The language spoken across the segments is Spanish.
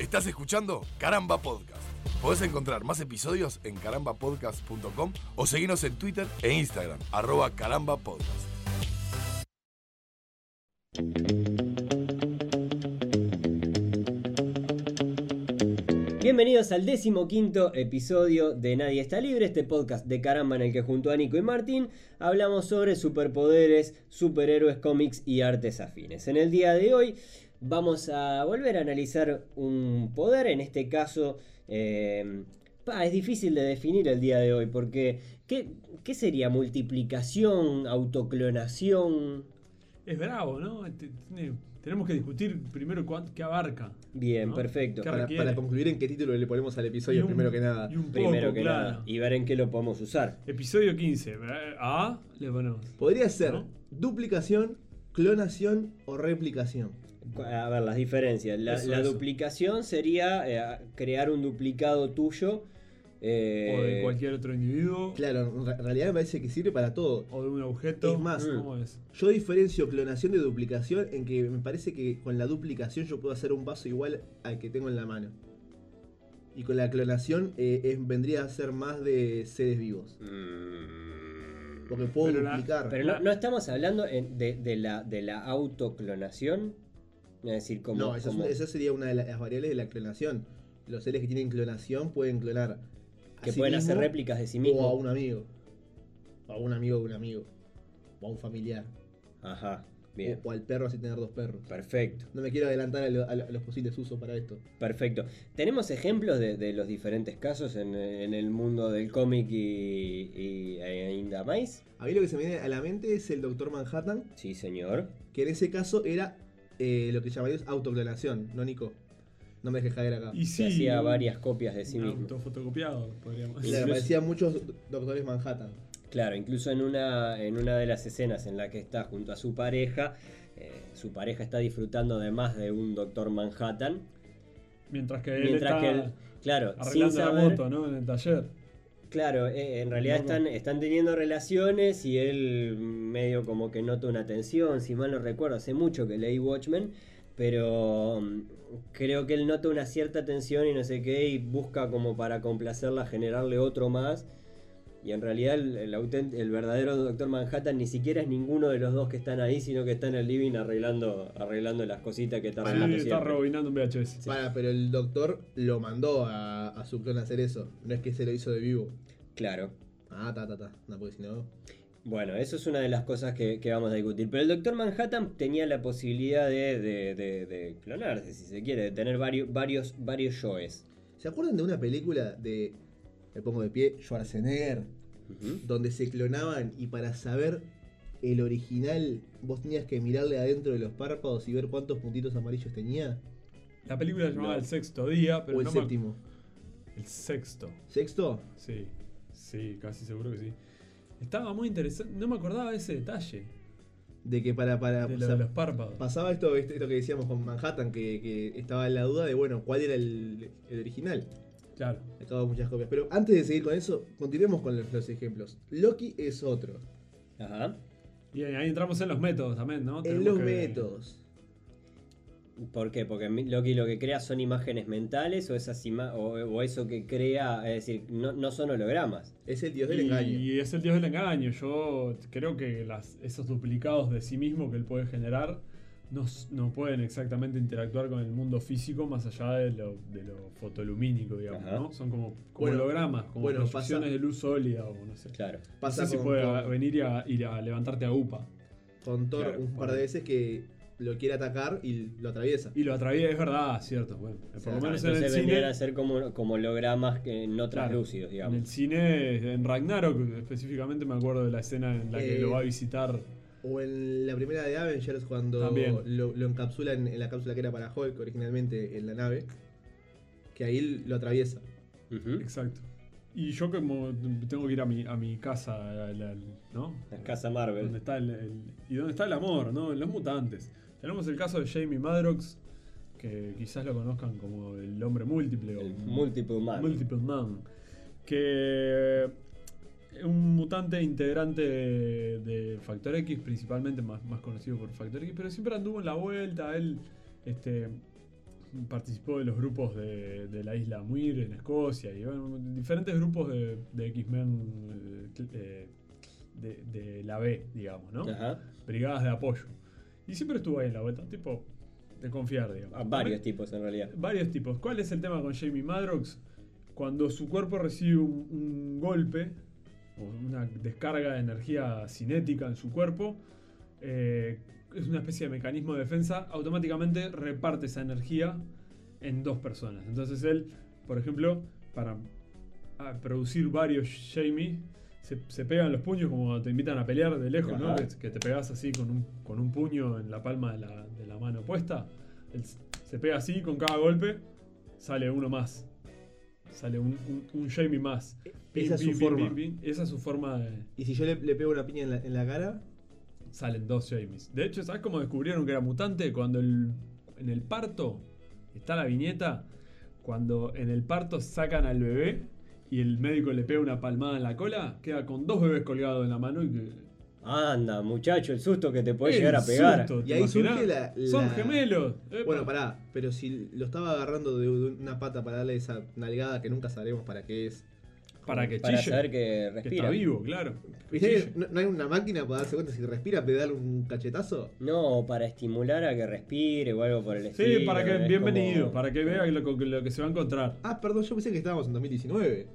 Estás escuchando Caramba Podcast. Podés encontrar más episodios en carambapodcast.com o seguirnos en Twitter e Instagram, arroba carambapodcast. Bienvenidos al decimoquinto episodio de Nadie está libre, este podcast de caramba en el que junto a Nico y Martín hablamos sobre superpoderes, superhéroes, cómics y artes afines. En el día de hoy vamos a volver a analizar un poder, en este caso eh, pa, es difícil de definir el día de hoy porque ¿qué, qué sería multiplicación, autoclonación? Es bravo, ¿no? Te- tiene- tenemos que discutir primero cuán- qué abarca. Bien, ¿no? perfecto. ¿Qué Para, requiere? para concluir en qué título le ponemos al episodio, Y un- primero que nada. y un Primero poco, que claro. nada, y ver en qué lo podemos usar. Episodio 15. ¿verdad? A le ponemos. Podría ser ¿No? duplicación, clonación o replicación. A ver, las diferencias. La, Eso, la eso. duplicación sería eh, crear un duplicado tuyo. eh, o de cualquier otro individuo. Claro, en ra- realidad me parece que sirve para todo. O de un objeto. Es más, ¿cómo es? Yo diferencio clonación de duplicación en que me parece que con la duplicación yo puedo hacer un vaso igual al que tengo en la mano. Y con la clonación eh, es- vendría a ser más de seres vivos. mm, Porque puedo Pero la- duplicar. Pero no, no estamos hablando en- de, de la, de la autoclonación. Es decir, como. no, esa, es como- una- esa sería una de las variables de la clonación. Los seres que tienen clonación pueden clonar. a que sí pueden hacer mismo réplicas de sí mismos. O a un amigo. O a un amigo de un amigo. O a un familiar. Ajá, bien. O, o al perro así tener dos perros. Perfecto, No me quiero adelantar a, lo- a lo- a los posibles usos para esto. perfecto. Tenemos ejemplos de, de los diferentes casos en, en el mundo del cómic y, y e ainda más. A mí lo que se me viene a la mente es el Doctor Manhattan, Sí, señor. que en ese caso era eh, lo que llamaríamos autoclonación, ¿no, Nico? No me dejes caer acá. Y Se sí. hacía un- varias copias de sí un mismo. autofotocopiado, podríamos Claro, incluso- parecían muchos do- doctores Manhattan. Claro, incluso en una, en una de las escenas en la que está junto a su pareja, eh, su pareja está disfrutando de más de un Doctor Manhattan, Mientras que él mientras está que él, claro, sin arreglando saber, la moto, ¿no? En el taller. claro, eh, en realidad Loco. están, están teniendo relaciones y él medio como que nota una tensión, si mal no recuerdo, hace mucho que leí Watchmen, pero mm, creo que él nota una cierta tensión y no sé qué y busca como para complacerla generarle otro más. Y en realidad el, el autent- el verdadero Doctor Manhattan ni siquiera es ninguno de los dos que están ahí, sino que está en el living arreglando, arreglando las cositas que está Para- Sí, arreglando está siempre. rebobinando un VHS. Sí. Para, pero el doctor lo mandó a, a su clon a hacer eso. No es que se lo hizo de vivo. Claro. Ah, ta, ta, ta. No, porque si no. Bueno, eso es una de las cosas que, que vamos a discutir. Pero el Doctor Manhattan tenía la posibilidad de, de- de- de clonarse, si se quiere, de tener varios, varios, varios yoes. ¿Se acuerdan de una película de. Me pongo de pie, Schwarzenegger, Ujú. donde se clonaban y para saber el original vos tenías que mirarle adentro de los párpados y ver cuántos puntitos amarillos tenía? La película se llamaba No. El Sexto Día, pero o el no me- séptimo. El Sexto. ¿Sexto? Sí, sí, casi seguro que sí. Estaba muy interesante, no me acordaba de ese detalle, De que para. para de o lo sea, de los párpados. pasaba esto, esto, esto que decíamos con Manhattan, que, que estaba en la duda de, bueno, cuál era el, el original. Claro. Acabo muchas copias. Pero antes de seguir con eso, continuemos con los, los ejemplos. Loki es otro. Ajá. Y ahí ahí entramos en los métodos también, ¿no? en Tenemos los que- métodos. ¿Por qué? Porque mi- Loki lo que crea son imágenes mentales o, esas ima- o, o eso que crea, es decir, no, no son hologramas. Es el Y, dios del engaño. y es el dios del engaño. Yo creo que las, esos duplicados de sí mismo que él puede generar no, s- no pueden exactamente interactuar con el mundo físico más allá de lo, de lo fotolumínico, digamos, Ajá. ¿no? Son como, como Bueno, hologramas, como bueno, pasa- proyecciones de luz sólida o no sé. Claro. No Pasa sé si con- puede con- venir y a, ir a levantarte a UPA. con Thor Claro, un par de bueno. veces que lo quiere atacar y lo atraviesa. Y lo atraviesa, es verdad, cierto. Bueno, por sea, lo menos en el Entonces vendrían cine. a ser como, como hologramas que no Claro. translúcidos, En el digamos. cine, en Ragnarok específicamente me acuerdo de la escena en la que Eh, lo va a visitar. O en la primera de Avengers cuando También. lo, lo encapsulan en la cápsula que era para Hulk originalmente en la nave, que ahí lo atraviesa. Ujú. Exacto. Y yo como tengo que ir a mi, a mi casa, a la- ¿no? La casa Donde Marvel. está el, el- y donde está el amor, ¿no? En Los mutantes. Tenemos el caso de Jamie Madrox, que quizás lo conozcan como el hombre múltiple. o El Multiple Man. Multiple Man. Que eh, un mutante integrante de, de Factor X, principalmente más, más conocido por Factor X, pero siempre anduvo en la vuelta. Él este, participó de los grupos de, de la isla Muir en Escocia y bueno, diferentes grupos de, de X-Men eh, de, de la B, digamos, ¿no? Ajá. Brigadas de apoyo. Y siempre estuvo ahí en la vuelta, tipo de confiar, digamos. Ah, varios Bueno, tipos en realidad. Varios tipos. ¿Cuál es el tema con Jamie Madrox? Cuando su cuerpo recibe un, un golpe, o una descarga de energía cinética en su cuerpo, eh, es una especie de mecanismo de defensa, automáticamente reparte esa energía en dos personas. Entonces él, por ejemplo, para ah, producir varios Jamie, se, se pegan los puños como te invitan a pelear de lejos, ¿no? Ajá. Que, que te pegas así con un, con un puño en la palma de la, de la mano opuesta. Él s- se pega así, con cada golpe sale uno más. Sale un, un, un Jamie más. Pim, Esa es pim, su pim, pim, forma. pim. Esa es su forma de. Y si yo le, le pego una piña en la, en la cara, Salen dos Jamies. De hecho, ¿sabes cómo descubrieron que era mutante? Cuando el- en el parto está la viñeta. Cuando en el parto sacan al bebé y el médico le pega una palmada en la cola, queda con dos bebés colgados en la mano y que. Anda, muchacho, el susto que te puede ¡El llegar a pegar. susto! ¿Te Y ahí imaginás? surge la- la- Son gemelos. Epa. Bueno, pará, pero si lo estaba agarrando de de una pata para darle esa nalgada que nunca sabremos para qué es. Para que Para chille. saber que que está respira. vivo, claro. Que ¿Viste que chille. no, no hay una máquina para darse cuenta si respira, pegarle un cachetazo? no, para estimular a que respire o algo por el estilo. Sí, para que. es Bienvenido. como- Para que vea lo, lo que se va a encontrar. Ah, perdón, yo pensé que estábamos en 2019.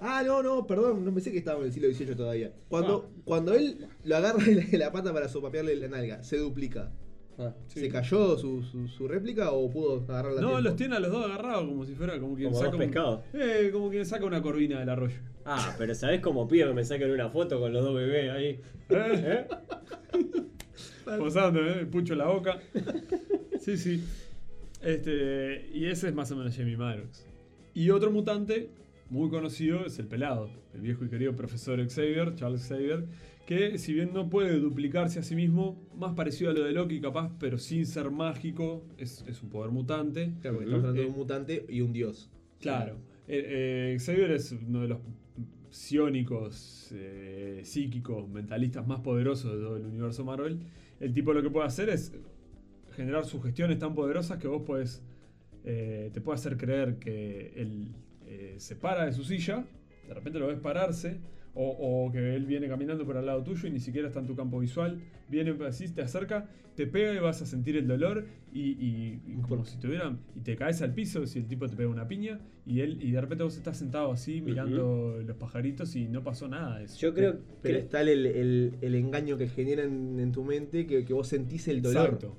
Ah, no, no, perdón, no pensé que estábamos en el siglo XVIII todavía. Cuando, Ah. cuando él lo agarra de la, de la pata para sopapearle la nalga, se duplica. Ah, Sí. ¿Se cayó su, su- su réplica o pudo agarrarla? a No, tiempo? los tiene a los dos agarrados como si fuera como quien Como saca dos pescados. Un, eh, como quien saca una corvina del arroyo. Ah, pero ¿sabés cómo pido que me saquen una foto con los dos bebés ahí? Eh, Posando, eh, el pucho en la boca. Sí, sí. Este, y ese es más o menos Jamie Madrox. Y otro mutante muy conocido es el pelado, el viejo y querido profesor Xavier, Charles Xavier, que si bien no puede duplicarse a sí mismo, más parecido a lo de Loki capaz, pero sin ser mágico, es, es un poder mutante. Claro, porque estamos hablando de Eh, un mutante y un dios. Claro. Eh, eh, Xavier es uno de los psiónicos, eh, psíquicos, mentalistas más poderosos de todo el universo Marvel. El tipo lo que puede hacer es generar sugestiones tan poderosas que vos podés, eh, te puede hacer creer que él eh, se para de su silla, de repente lo ves pararse, o, o que él viene caminando por al lado tuyo y ni siquiera está en tu campo visual, viene así, te acerca, te pega y vas a sentir el dolor y, y- y como si tuvieran, y te caes al piso si el tipo te pega una piña y él y de repente vos estás sentado así mirando los pajaritos y no pasó nada de eso. Yo creo, Pero cre- está el, el- el engaño que generan en tu mente que, que vos sentís el dolor. Exacto.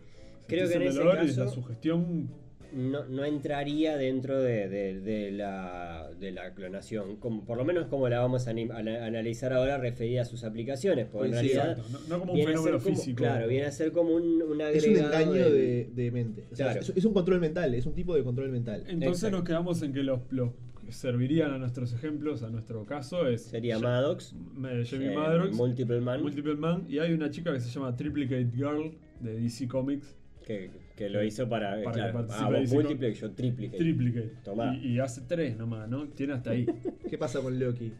Creo Sentís que en el ese dolor y caso- la sugestión no, no entraría dentro de, de- de la, de la clonación, como, por lo menos como la vamos a, anim- a la- analizar ahora referida a sus aplicaciones, porque en Sí, realidad Exacto, no, no como un viene a ser fenómeno como- físico. Claro, viene a ser como un, un Es un agregado engaño del- de, de mente. O sea, Claro. es, es un control mental, es un tipo de control mental. Entonces Exacto. nos quedamos en que los, los que servirían a nuestros ejemplos, a nuestro caso, es Sería Ja- Maddox, M- eh, Jamie eh, Madrox, Multiple Man, Multiple Man, y hay una chica que se llama Triplicate Girl de DC Comics, que, que lo hizo para... Para que claro, participe ah, y vos se- múltiple, yo triple. Triplicate. Tomá. Y, y hace tres nomás, ¿no? Tiene hasta ahí. ¿Qué pasa con Loki?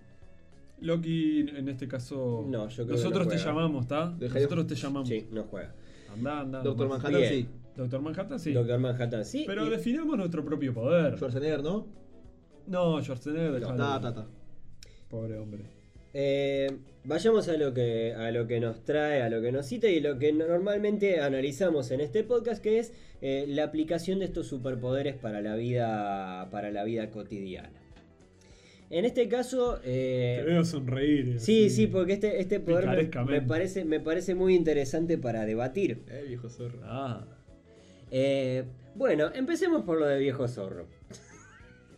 Loki, en este caso. No, yo creo que Nosotros no te juega. llamamos, ¿está? Dejaría- Nosotros te llamamos. Sí, no juega. Andá, Ah, andá. Doctor nomás. Manhattan, Bien. sí. Doctor Manhattan, sí. Doctor Manhattan, sí. Pero y- definamos nuestro propio poder. Schwarzenegger, ¿no? No, Schwarzenegger, dejalo. Ta, ta, ta. Pobre hombre. Eh, vayamos a lo que a lo que nos trae, a lo que nos cita y lo que normalmente analizamos en este podcast, que es eh, la aplicación de estos superpoderes para la vida para la vida cotidiana. En este caso, eh, Te veo sonreír. sí, así. sí, porque este este poder me- me, Picarescamente. parece me parece muy interesante para debatir. Eh, viejo zorro. Ah. Eh, bueno, empecemos por lo de viejo zorro.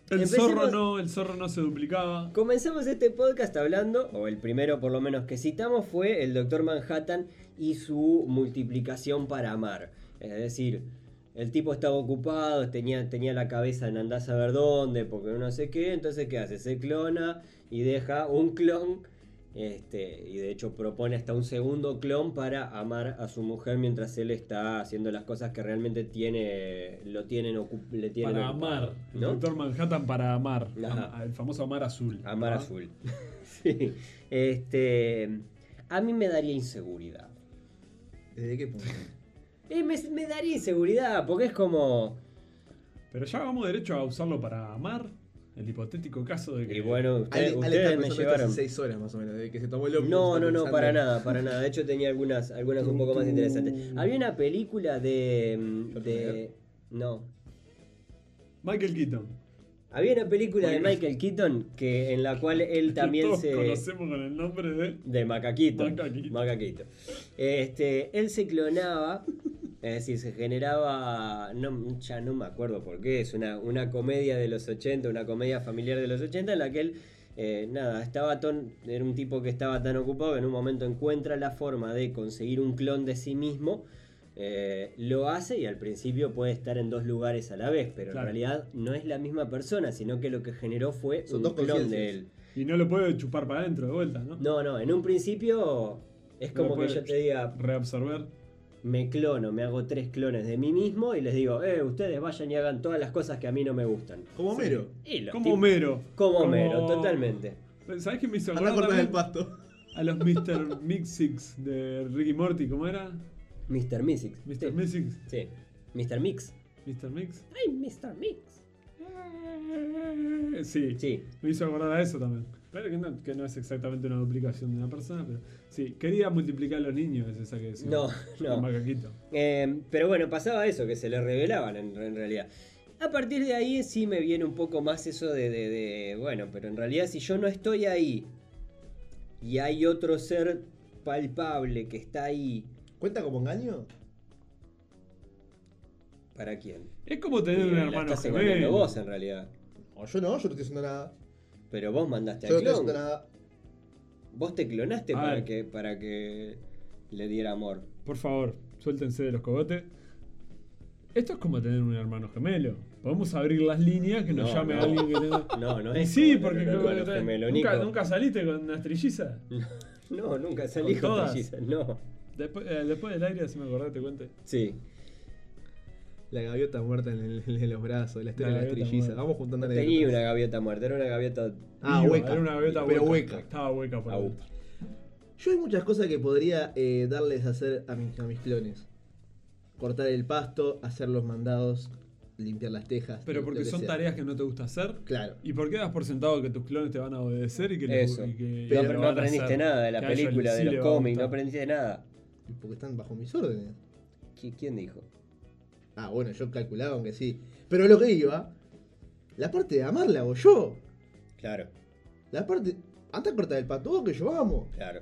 El Empecemos- zorro no, el zorro no se duplicaba. Comenzamos este podcast hablando, o el primero por lo menos que citamos fue el Doctor Manhattan y su multiplicación para amar. Es decir, el tipo estaba ocupado, tenía, tenía la cabeza en andás a ver dónde, porque no sé qué, entonces ¿qué hace? Se clona y deja un clon, este, y de hecho propone hasta un segundo clon para amar a su mujer mientras él está haciendo las cosas que realmente tiene, lo tienen, ocup- le tienen Para ocupado, amar. El ¿no? Doctor Manhattan para amar. Ajá. Am- el famoso amar azul. Amar Ah. azul. sí. Este. A mí me daría inseguridad. ¿Desde qué punto? Eh, me, me daría inseguridad porque es como. Pero ya vamos derecho a usarlo para amar. El hipotético caso de que. Y bueno, ustedes, Ale, Ale ustedes me está pensando esto llevaron. hace 6 horas más o menos, desde que se tomó el ómnibus. No, está no, no, pensando- para nada, para nada. De hecho tenía algunas, algunas un poco más interesantes. Había una película de. mm, de no. Michael Keaton. Había una película de Michael- Michael Keaton que en la cual él también todos se. conocemos con el nombre de. De Macaquito. Macaquito. Macaquito. Este, él se clonaba, es decir, se generaba. No, ya no me acuerdo por qué. Es una, una comedia de los 80, una comedia familiar de los 80, en la que él. eh, nada, estaba tan. Era un tipo que estaba tan ocupado que en un momento encuentra la forma de conseguir un clon de sí mismo. eh, lo hace y al principio puede estar en dos lugares a la vez, pero Claro. en realidad no es la misma persona, sino que lo que generó fue Son un dos clon de conciencias. él. Y no lo puede chupar para adentro de vuelta, ¿no? No, no, en un principio es como que puede- yo te diga, Reabsorber. me clono, me hago tres clones de mí mismo y les digo, eh, ustedes vayan y hagan todas las cosas que a mí no me gustan. Como Homero. Y los Como tip- Homero. Como Homero, totalmente. ¿Sabes qué me hizo Anda a acordar cortar el también pasto. a los Mr. Mixix de Ricky Morty? ¿Cómo era? Mr. Mixix. Mr. Sí. Mixix. Sí. Mr. Mix. Mr. Mix. Ay, Mr. Mix. Sí, Sí. me hizo acordar a eso también. Claro que no, que no es exactamente una duplicación de una persona, pero sí, quería multiplicar a los niños, es esa que decía. No, no. El macaquito. Eh, pero bueno, pasaba eso, que se le revelaban en, en realidad. A partir de ahí sí me viene un poco más eso de, de- de, bueno, pero en realidad si yo no estoy ahí y hay otro ser palpable que está ahí, ¿Cuenta como engaño? ¿para quién? Es como Y tener un la hermano estás engañando gemelo. vos eh. en realidad. No, yo no, yo no estoy haciendo nada. Pero vos mandaste Yo no al estoy clon. haciendo nada. Vos te clonaste Ah. para que, para que le diera amor. Por favor, suéltense de los cogotes. Esto es como tener un hermano gemelo. Podemos abrir las líneas que nos No, llame no. alguien que tenga. No, no Y es. sí, como porque tener un hermano creo que- gemelo, nunca, Nico. Mm. nunca saliste con una estrelliza. No, nunca salí ¿Con con todas? pellizas, no. Después, eh, después del aire, si me acordé, te cuente. Sí. La gaviota muerta en, el- en los brazos, la estrella La de la gaviota estrelliza. muerta. Vamos juntando Tenía anécdotas. una gaviota muerta, era una gaviota Ah, Viva, hueca. Era una gaviota Pero hueca. hueca. Estaba hueca por Au. dentro. Yo hay muchas cosas que podría eh, darles a hacer a mis, a mis clones. Cortar el pasto, hacer los mandados, limpiar las tejas. Pero lo porque que son sea. tareas que no te gusta hacer. Claro. ¿Y por qué das por sentado que tus clones te van a obedecer y que les- Eso. y que- Pero y que no, lo no van a aprendiste hacer? nada de la Que a ellos película, sí de les los va a cómics, no gustar. aprendiste nada. Porque están bajo mis órdenes. ¿Qui- ¿Quién dijo? Ah, bueno, yo calculaba aunque sí. Pero lo que iba, la parte de amar la hago yo. Claro, La parte. Anda a cortar el pasto vos que yo amo. claro.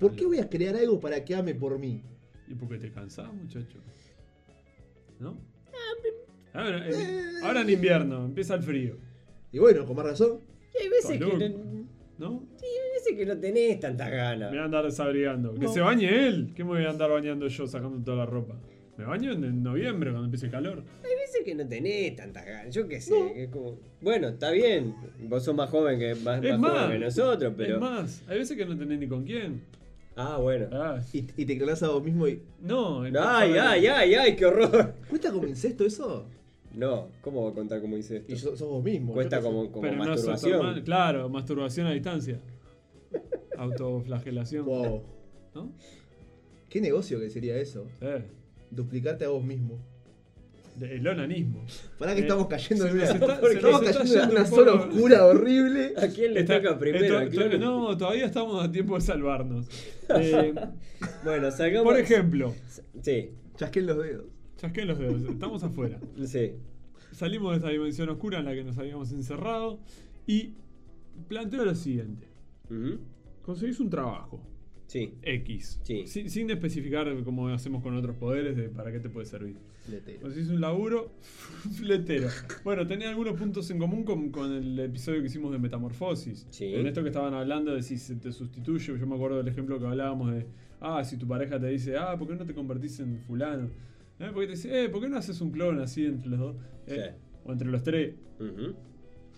¿Por qué voy a crear algo para que ame por mí? Y porque te cansás, muchacho. ¿No? Ah, Ahora, en- ahora en invierno, empieza el frío. Y bueno, con más razón, Y hay veces Salud. que no, Ah. ¿No? hay veces que no tenés tantas Me voy a ganas. andar desabrigando. Que se bañe él. ¿Qué me voy a andar bañando yo sacando toda la ropa? Me baño en, en noviembre cuando empiece el calor. Hay veces que no tenés tantas ganas. Yo qué sé, que es como. Bueno, está bien. Vos sos más joven que más, Es más más. joven que nosotros, pero. Es más, hay veces que no tenés ni con quién. Ah, bueno. Ah, y, y te clonás a vos mismo y. no, en- Ay, ay, ay, ay, qué horror. ¿Cuesta como incesto eso? No, ¿cómo va a contar como dice Y esto? sos, sos vos mismo. Cuesta yo qué sé. como, como Pero no sos masturbación. normal. Claro, masturbación a distancia. Autoflagelación. Wow. ¿No? ¿Qué negocio que sería eso? Eh, Duplicarte a vos mismo. de- el onanismo. Pará que Eh, estamos cayendo en se- una. se está- se- estamos se está cayendo en yendo una un zona poco- oscura horrible. ¿A quién le Está- toca primero? eh, al to- to- clon? no, todavía estamos a tiempo de salvarnos. Eh, Bueno, sacamos. por ejemplo, Sí, Chasqué en los dedos. chasqué los dedos, estamos afuera. sí. Salimos de esta dimensión oscura en la que nos habíamos encerrado y planteo lo siguiente. Ujú. Conseguís un trabajo, Sí. X, Sí. sin, sin especificar como hacemos con otros poderes de para qué te puede servir. Letero. Conseguís un laburo, fletero. Bueno, tenía algunos puntos en común con, con el episodio que hicimos de Metamorfosis. Sí. En esto que estaban hablando de si se te sustituye, yo me acuerdo del ejemplo que hablábamos de, ah, si tu pareja te dice, ah, ¿por qué no te convertís en fulano? Eh, Porque te dice, eh, ¿por qué no haces un clon así entre los dos? Eh, O entre los tres. Ujú.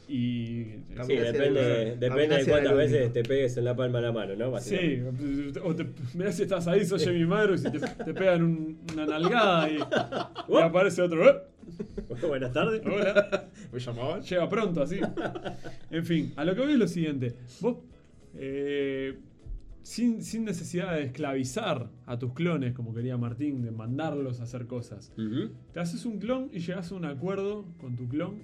Y... Sí, También Caminás hacia depende, el- depende caminás de hacia cuántas la luz, veces Nico. te pegues en la palma de la mano, ¿no? Básicamente. Sí, o te, mirá si estás ahí, sos mi madre, y si te, te pegan un- una nalgada y, y aparece otro. "Eh, Buenas tardes. hola. ¿Me llamaban? Llega pronto, así. En fin, a lo que voy es lo siguiente. Vos eh, sin, sin necesidad de esclavizar a tus clones, como quería Martín, de mandarlos a hacer cosas. Ujú. Te haces un clon y llegas a un acuerdo con tu clon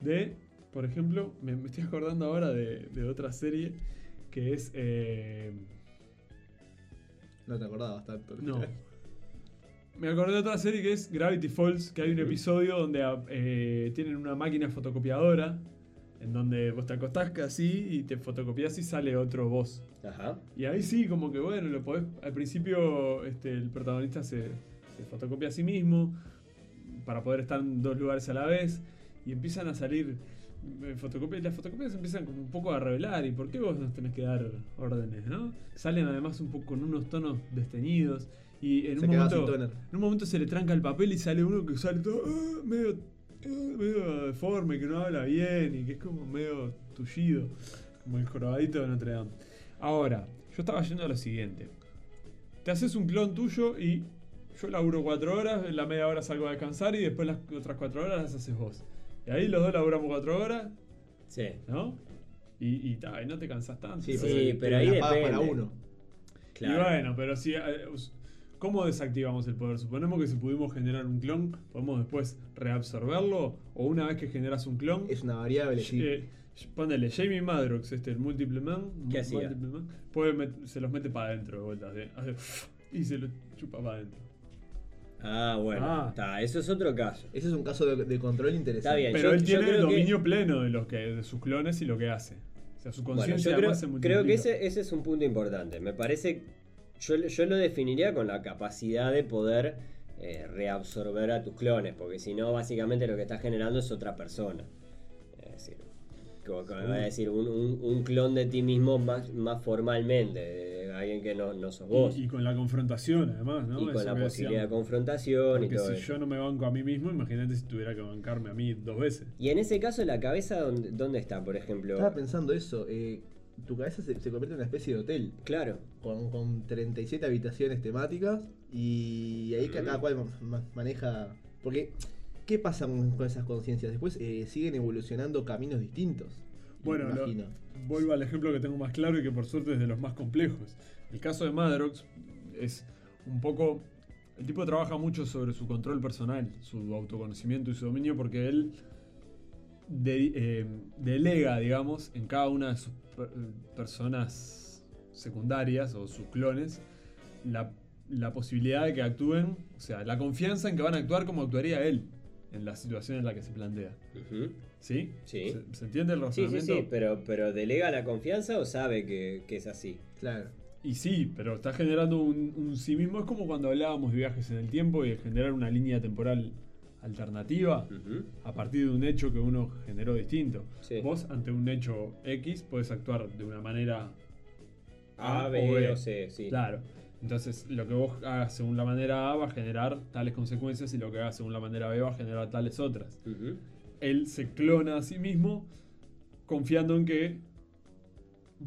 de, por ejemplo, me, me estoy acordando ahora de, de otra serie que es... eh, No te acordabas tanto. no. Me acordé de otra serie que es Gravity Falls, que hay un episodio donde ah, eh, tienen una máquina fotocopiadora, en donde vos te acostás así y te fotocopias y sale otro voz. Ajá. Y ahí sí, como que bueno, lo podés. Al principio, este, el protagonista se, se fotocopia a sí mismo para poder estar en dos lugares a la vez. Y empiezan a salir eh, fotocopias. Las fotocopias empiezan como un poco a revelar. ¿Y por qué vos nos tenés que dar órdenes, no? Salen además un poco con unos tonos desteñidos. Y en Se un quedaba sin momento. toner. En un momento se le tranca el papel y sale uno que sale todo ah, medio, ah, medio deforme, que no habla bien y que es como medio tullido, como el jorobadito de Notre Dame. Ahora, yo estaba yendo a lo siguiente. Te haces un clon tuyo y yo laburo cuatro horas, en la media hora salgo a descansar y después las otras cuatro horas las haces vos. Y ahí los dos laburamos cuatro horas, Sí. ¿no? Y, y, ta, y no te cansas tanto. Sí, pero ahí las pagas depende. para uno. Claro. Y bueno, pero si. eh, us- ¿Cómo desactivamos el poder? Suponemos que si pudimos generar un clon, podemos después reabsorberlo. O una vez que generas un clon. Es una variable, sí. eh, ponele, Jamie Madrox, este, el Multiple Man. ¿Qué mu- hacía? Multiple Man, puede met- se los mete para adentro de vuelta. así, hace y se los chupa para adentro. Ah, bueno. Ah. Está, eso es otro caso. Ese es un caso de, de control interesante. Está bien. Pero yo- él yo tiene el creo que- dominio pleno de, los que, de sus clones y lo que hace. O sea, su Bueno, yo conciencia creo, además se multiplica. creo que ese, ese es un punto importante. Me parece, yo, yo lo definiría con la capacidad de poder eh, reabsorber a tus clones, porque si no, básicamente lo que estás generando es otra persona. Es decir, como, como voy a decir, un, un- un clon de ti mismo más, más formalmente, de- de alguien que no, no sos vos. Y, Y, y con la confrontación, además, ¿no? Eso con la que posibilidad de decíamos. confrontación y Porque todo si eso. yo no me banco a mí mismo, imagínate si tuviera que bancarme a mí dos veces. Y en ese caso, la cabeza, ¿dónde, dónde está, por ejemplo? Estaba pensando eso. eh, tu cabeza se, se convierte en una especie de hotel. Claro. Con, con 37 habitaciones temáticas. Y ahí ca- cada cual ma- ma- maneja. Porque, ¿qué pasa con, con esas conciencias? Después eh, siguen evolucionando caminos distintos. Bueno, lo- imagino. vuelvo al ejemplo que tengo más claro y que por suerte es de los más complejos. El caso de Madrox es un poco... El tipo trabaja mucho sobre su control personal, su autoconocimiento y su dominio porque él de- eh, delega, digamos, en cada una de sus per- eh, personas secundarias o sus clones la, la posibilidad de que actúen, o sea, la confianza en que van a actuar como actuaría él en la situación en la que se plantea. Ujú. ¿Sí? Sí. ¿Se, se entiende el Sí, sí, razonamiento? sí, pero, pero ¿delega la confianza o sabe que, que es así? Claro. Y sí, pero está generando un, un sí mismo. Es como cuando hablábamos de viajes en el tiempo y de generar una línea temporal alternativa Ujú. a partir de un hecho que uno generó distinto. Sí. Vos, ante un hecho X, podés actuar de una manera A, A B o B. o C, sí. Claro. Entonces, lo que vos hagas según la manera A va a generar tales consecuencias y lo que hagas según la manera B va a generar tales otras. Ujú. Él se clona a sí mismo confiando en que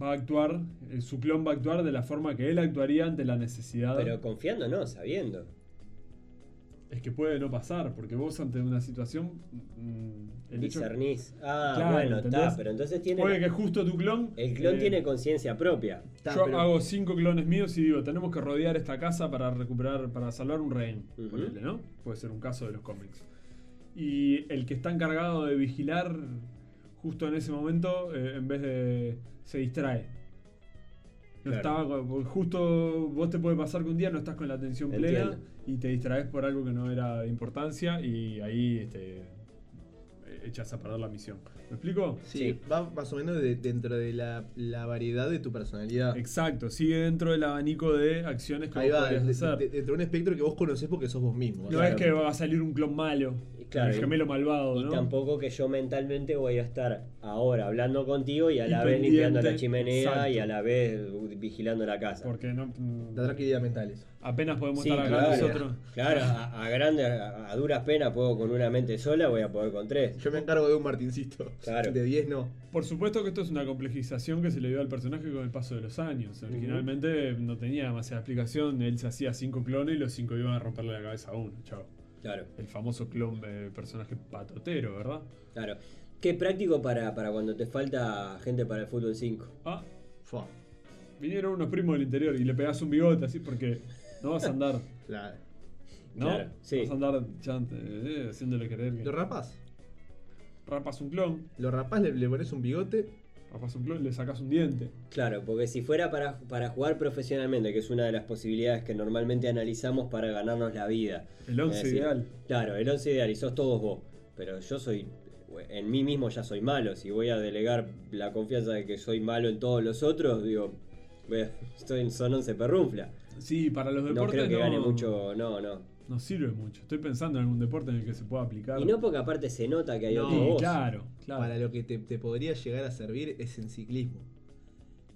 va a actuar, eh, su clon va a actuar de la forma que él actuaría ante la necesidad. Pero confiando no, sabiendo. Es que puede no pasar, porque vos ante una situación. mm, el hecho- Discernís. Ah, Claro, bueno, ¿entendés? está, pero entonces tiene. puede que justo tu clon. El clon eh, tiene conciencia propia. Está, yo pero- hago cinco clones míos y digo, tenemos que rodear esta casa para recuperar, para salvar un rehén. Ujú. ponele, ¿no? Puede ser un caso de los cómics. Y el que está encargado de vigilar, justo en ese momento, eh, en vez de. se distrae. No Claro. estaba con- porque justo vos te puede pasar que un día no estás con la atención plena Entiendo. y te distraes por algo que no era de importancia y ahí este, eh, echas a perder la misión. ¿Me explico? Sí, Sí. va más o menos de- dentro de la, la variedad de tu personalidad. Exacto, sigue dentro del abanico de acciones que Ah. Ahí vos va, de- podrías de- hacer. de- dentro de un espectro que vos conocés porque sos vos mismo. no es Claro. que va a salir un clon malo, Y claro, el gemelo malvado, Y ¿no? tampoco que yo mentalmente voy a estar ahora hablando contigo y a Y la vez limpiando la pendiente, chimenea y exacto. a la vez vigilando la casa. Porque no, mm, La tranquilidad mental eso. apenas podemos Sí, estar acá claro, nosotros. claro, a, a grande, a, a duras penas puedo con una mente sola, voy a poder con tres. Yo me encargo de un martincito. Claro. De 10 no. Por supuesto que esto es una complejización que se le dio al personaje con el paso de los años. Originalmente no tenía demasiada explicación, él se hacía cinco clones y los cinco iban a romperle la cabeza a uno, chao. Claro. El famoso clon eh, personaje patotero, ¿verdad? Claro. Qué práctico para, para cuando te falta gente para el fútbol 5. Ah, Fua. vinieron unos primos del interior y le pegás un bigote así porque no vas a andar, Claro. ¿no? Claro, sí. Vas a andar chante, eh, haciéndole creer Lo que rapás. rapas un clon, Lo rapás, le, le pones un bigote. rapas un clon, le sacas un diente. Claro, porque si fuera para, para jugar profesionalmente, que es una de las posibilidades que normalmente analizamos para ganarnos la vida. El once Es decir, ideal. Claro, el 11 ideal, y sos todos vos. Pero yo soy, en mí mismo ya soy malo. Si voy a delegar la confianza de que soy malo en todos los otros, digo, voy a- estoy, son 11 perrunfla. Sí, para los No deportes creo no, que gane mucho, no, no. no sirve mucho. Estoy pensando en algún deporte en el que se pueda aplicar. Y no porque aparte se nota que hay No, otro Sí, vos. claro, claro. Para lo que te, te podría llegar a servir es en ciclismo.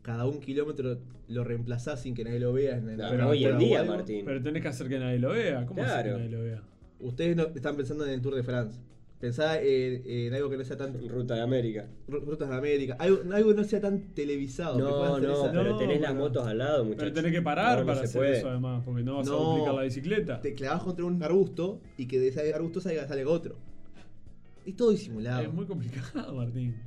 Cada un kilómetro lo reemplazás sin que nadie lo vea. en- en la Pero hoy apertura en o día, algo. Martín. Pero tenés que hacer que nadie lo vea. ¿Cómo hacer Claro. que nadie lo vea? Ustedes no, están pensando en el Tour de France. Pensá en, en algo que no sea tan. ru- Ruta de América. Rutas de América. Algo, algo que no sea tan televisado. que puedas No, hacer no, esa- pero No, tenés las pero- motos al lado, muchachos. Pero tenés que parar No, no para se hacer puede. eso además, porque no vas a No. duplicar la bicicleta. Te clavas contra un arbusto y que de ese arbusto salga, salga otro. Es todo disimulado. Es muy complicado, Martín.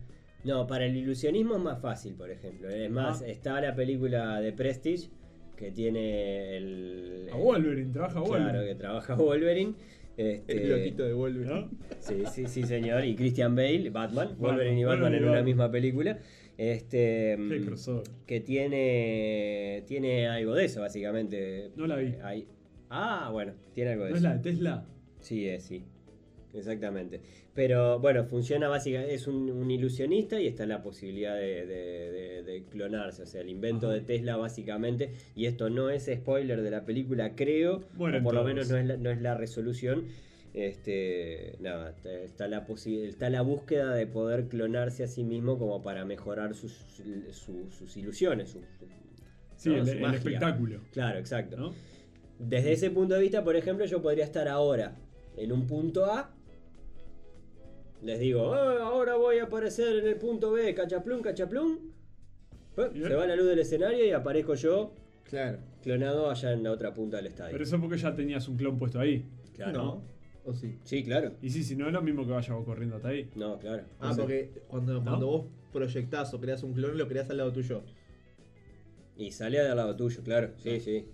No, para el ilusionismo es más fácil, por ejemplo. ¿eh? Es más, Ah. está la película de Prestige que tiene el. A Wolverine, trabaja a Claro, que Wolverine. trabaja Wolverine. Este, El loquito de Wolverine. ¿no? Sí, sí, sí, señor. Y Christian Bale, Batman. Wolverine y Batman, Batman en Wolverine y una Batman. misma película. Este. Qué mm, crossover. que tiene. Tiene algo de eso, básicamente. No la vi. Ahí. Ah, bueno, tiene algo de ¿No eso. es la de Tesla? Sí, es, sí. Exactamente. Pero bueno, funciona básicamente, es un, un ilusionista y está la posibilidad de, de- de- de clonarse, o sea, el invento Ajá. de Tesla básicamente, y esto no es spoiler de la película, creo, Bueno, o por lo menos entonces. no es la, no es la resolución. Este, nada, t- está la, posi- está la búsqueda de poder clonarse a sí mismo como para mejorar sus, su- sus ilusiones. su- su- Sí, no, el, su el magia. espectáculo. Claro, exacto. ¿no? Desde ese punto de vista, por ejemplo, yo podría estar ahora en un punto A. Les digo, "Oh, ahora voy a aparecer en el punto B, cachaplum, cachaplum. Pues, Bien. Se va la luz del escenario y aparezco yo Claro. clonado allá en la otra punta del estadio. Pero eso porque ya tenías un clon puesto ahí. Claro. No. ¿O sí? Sí, claro. Y sí, si no es lo mismo que vaya vos corriendo hasta ahí. No, claro. Ah, O sea, porque cuando, ¿No? cuando vos proyectás o creas un clon, lo creas al lado tuyo. Y sale al lado tuyo, claro. Sí, sí.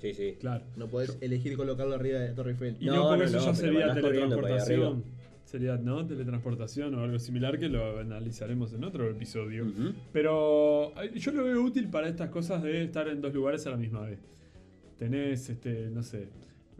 Sí, sí. Claro. No podés elegir colocarlo arriba de la Torre Eiffel. Y No, no, por no, eso no, ya pero sería andás corriendo para allá teletransportación. Sería, ¿no? Teletransportación o algo similar que lo analizaremos en otro episodio. Ujú. Pero ay, yo lo veo útil para estas cosas de estar en dos lugares a la misma vez. Tenés, este, no sé,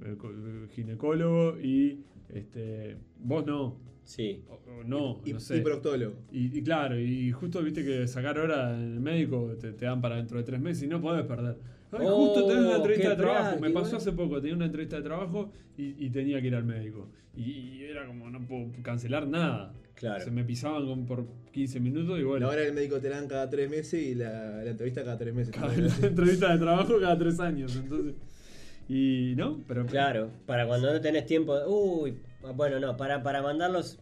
eh, co- eh, ginecólogo y este, vos no, Sí. o- o no, Y, no sé. y proctólogo. Y, y claro, y justo viste que sacar hora en el médico te, te dan para dentro de tres meses y no podés perder. Ay, Oh, justo tenés una entrevista qué de trabajo. Me práctico, eh. pasó hace poco, tenía una entrevista de trabajo y, y tenía que ir al médico. Y, y era como, no puedo cancelar nada. Claro. Se me pisaban con- por 15 minutos y bueno. La hora del médico te la dan cada tres meses y la, la entrevista cada tres meses. Cada- la entrevista de trabajo cada tres años, entonces. Y no, pero. Claro, para cuando no tenés tiempo. Uy, bueno, no, para, para mandarlos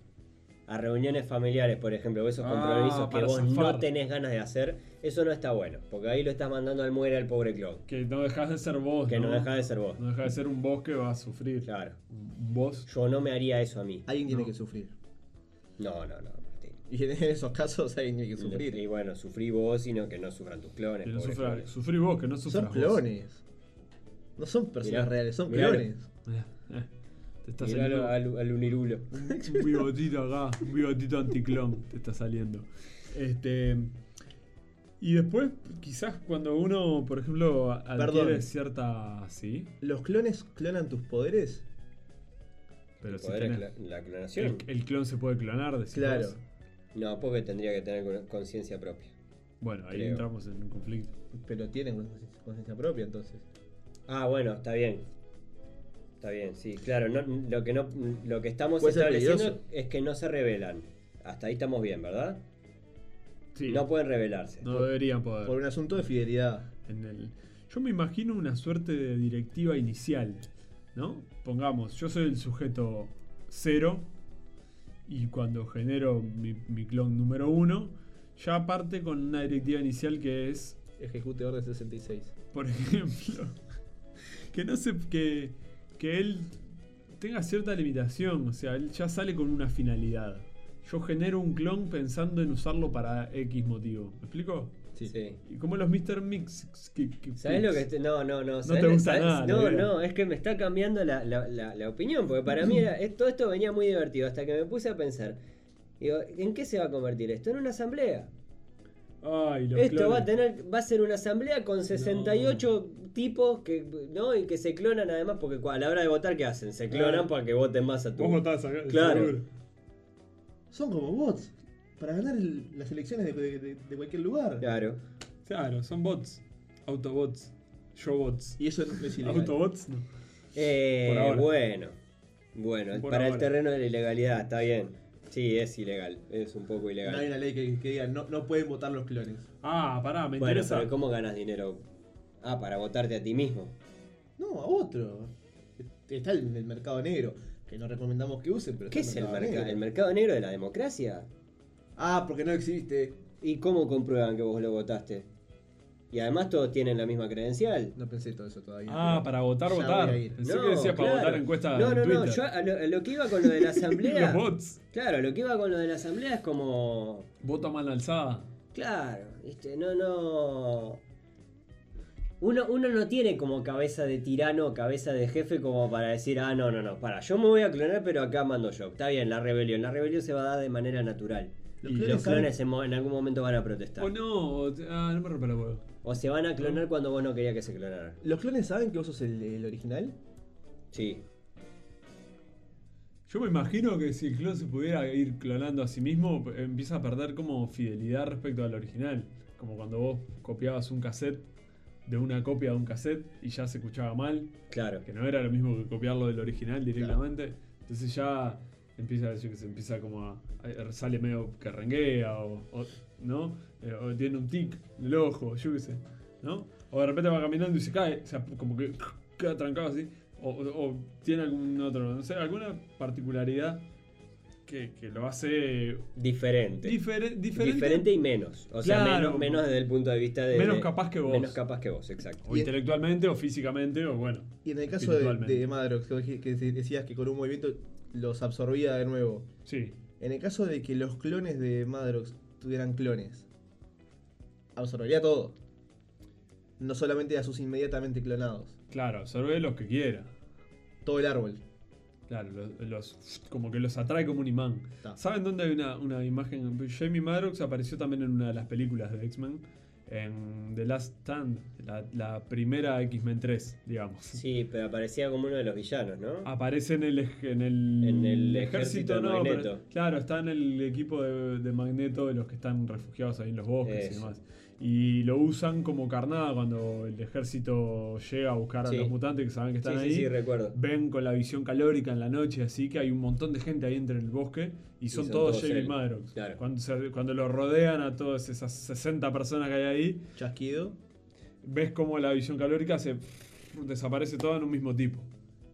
a reuniones familiares, por ejemplo, o esos Ah, compromisos que para vos zafar. no tenés ganas de hacer, eso no está bueno, porque ahí lo estás mandando al muere al pobre clon, Que no dejas de ser vos. que no deja de ser vos. No dejas de ser un vos que va a sufrir. Claro, Un vos. yo no me haría eso a mí. Alguien tiene No. que sufrir. No, no, no, Martín. Y en esos casos alguien tiene que Y sufrir. bueno, sufrí vos, sino que no sufran tus clones. Que no pobres sufra- clones. sufrí vos, que no sufras Son vos. clones. No son personas Mirá, reales, son mirá. clones. Mirá, eh, Te está Mirá saliendo al, al- al unirulo. un bigotito acá, un bigotito anticlón te está saliendo. Este. Y después, quizás cuando uno, por ejemplo, a- adquiere Perdón. cierta. Sí, ¿Los clones clonan tus poderes? pero El si poder es tenés- cla- la el, clonación. el clon se puede clonar, decís Claro. vos. No, porque tendría que tener con- conciencia propia. Bueno, ahí Creo. entramos en un conflicto. Pero tienen consci- conciencia propia entonces. Ah, bueno, está bien. Está bien, sí, claro. no- lo, que no, lo que estamos Puede ser estableciendo peligroso. es que no se revelan. Hasta ahí estamos bien, ¿verdad? Sí. No pueden revelarse. No deberían poder. Por un asunto de fidelidad. En el- yo me imagino una suerte de directiva inicial, ¿no? Pongamos, yo soy el sujeto cero y cuando genero mi, mi clon número uno, ya parte con una directiva inicial que es, Ejecute orden 66. por ejemplo, que no sé, que, que él tenga cierta limitación, o sea, él ya sale con una finalidad. Yo genero un clon pensando en usarlo para X motivo. ¿Me explico? Sí. Sí. Y como los Mr. Mix. que- que- ¿Sabes lo que este- No, no, no. ¿sabés- te gusta sabés- nada, la No, idea. no, es que me está cambiando la, la- la- la opinión, porque para mí era, es- todo esto venía muy divertido, hasta que me puse a pensar. Digo, ¿en qué se va a convertir esto? En una asamblea. Ay, los Esto clones. va a tener, va a ser una asamblea con 68 tipos que, ¿no? Y que se clonan además, porque cu- a la hora de votar, ¿qué hacen? Se clonan Claro. para que voten más a tu. Vos votás acá, Claro. seguro. Son como bots. Para ganar el- las elecciones de, de- de- de cualquier lugar. Claro. Claro, son bots. Autobots. Showbots. Y eso no es ilegal. Autobots no. Eh, Por ahora. bueno. Bueno, Por para el ahora. terreno de la ilegalidad, está bien. Sí, es ilegal. Es un poco ilegal. No hay una ley que, que diga no, no pueden votar los clones. Ah, pará, me Bueno, interesa. pero ¿cómo ganas dinero? Ah, para votarte a ti mismo. No, a otro. Está en el mercado negro, que no recomendamos que usen, pero ¿Qué es está el mercado? ¿El negro. mercado negro de la democracia? Ah, porque no existe. ¿Y cómo comprueban que vos lo votaste? Y además todos tienen la misma credencial. No pensé todo eso todavía. Ah, para votar, Ya votar. voy a ir. Pensé No, que decía para claro. votar encuesta No, en no, no. Twitter. Yo a lo, a lo que iba con lo de la asamblea. Los bots. claro, lo que iba con lo de la asamblea es como. Voto a mano alzada. Claro, este, no, no. Uno, uno no tiene como cabeza de tirano, cabeza de jefe, como para decir, ah, no, no, no, para, yo me voy a clonar, pero acá mando yo. Está bien, la rebelión. La rebelión se va a dar de manera natural. Los Y clones los saben- clones en, mo- en algún momento van a protestar. O Oh, no, o- ah, no me rompa la huevo. O se van a clonar cuando vos no querías que se clonaran. ¿Los clones saben que vos sos el, el original? Sí. Yo me imagino que si el clon se pudiera ir clonando a sí mismo, p- empieza a perder como fidelidad respecto al original. Como cuando vos copiabas un cassette de una copia de un cassette y ya se escuchaba mal, Claro. que no era lo mismo que copiarlo del original directamente. Entonces ya empieza, yo qué sé, empieza como a, a- sale medio que renguea o, o- ¿no? Eh, o tiene un tic en el ojo, yo qué sé, ¿no? O de repente va caminando y se cae, o sea, como que queda trancado así. O, o- o tiene algún otro, no sé, alguna particularidad que, que lo hace Diferente. difere- diferente, Diferente y menos. O sea, Claro. menos, menos desde el punto de vista de. Menos de- capaz que vos. Menos capaz que vos, exacto. o intelectualmente o físicamente o bueno. Y en el caso de, Espiritualmente. de Madrox, que vos dij- que decías que con un movimiento los absorbía de nuevo. Sí, En el caso de que los clones de Madrox tuvieran clones, absorbería todo. No solamente a sus inmediatamente clonados. claro, absorbe los que quiera. Todo el árbol. Claro, los, los- como que los atrae como un imán. Está. ¿Saben dónde hay una, una imagen? Jamie Madrox apareció también en una de las películas de X-Men, en The Last Stand, la, la primera X-Men 3, digamos. Sí, pero aparecía como uno de los villanos, ¿no? Aparece en el, ej- en el, En el ejército de no, pero- Magneto. claro, está en el equipo de, de Magneto de los que están refugiados ahí en los bosques y Eso. demás. Y lo usan como carnada cuando el ejército llega a buscar Sí. a los mutantes que saben que están sí, ahí sí, sí, recuerdo. ven con la visión calórica en la noche, así que hay un montón de gente ahí entre el bosque y son, son todos todos Jamie él. Madrox. Claro. Cuando, se- cuando lo rodean a todas esas 60 personas que hay ahí, Chasquido. ves como la visión calórica se desaparece toda en un mismo tipo.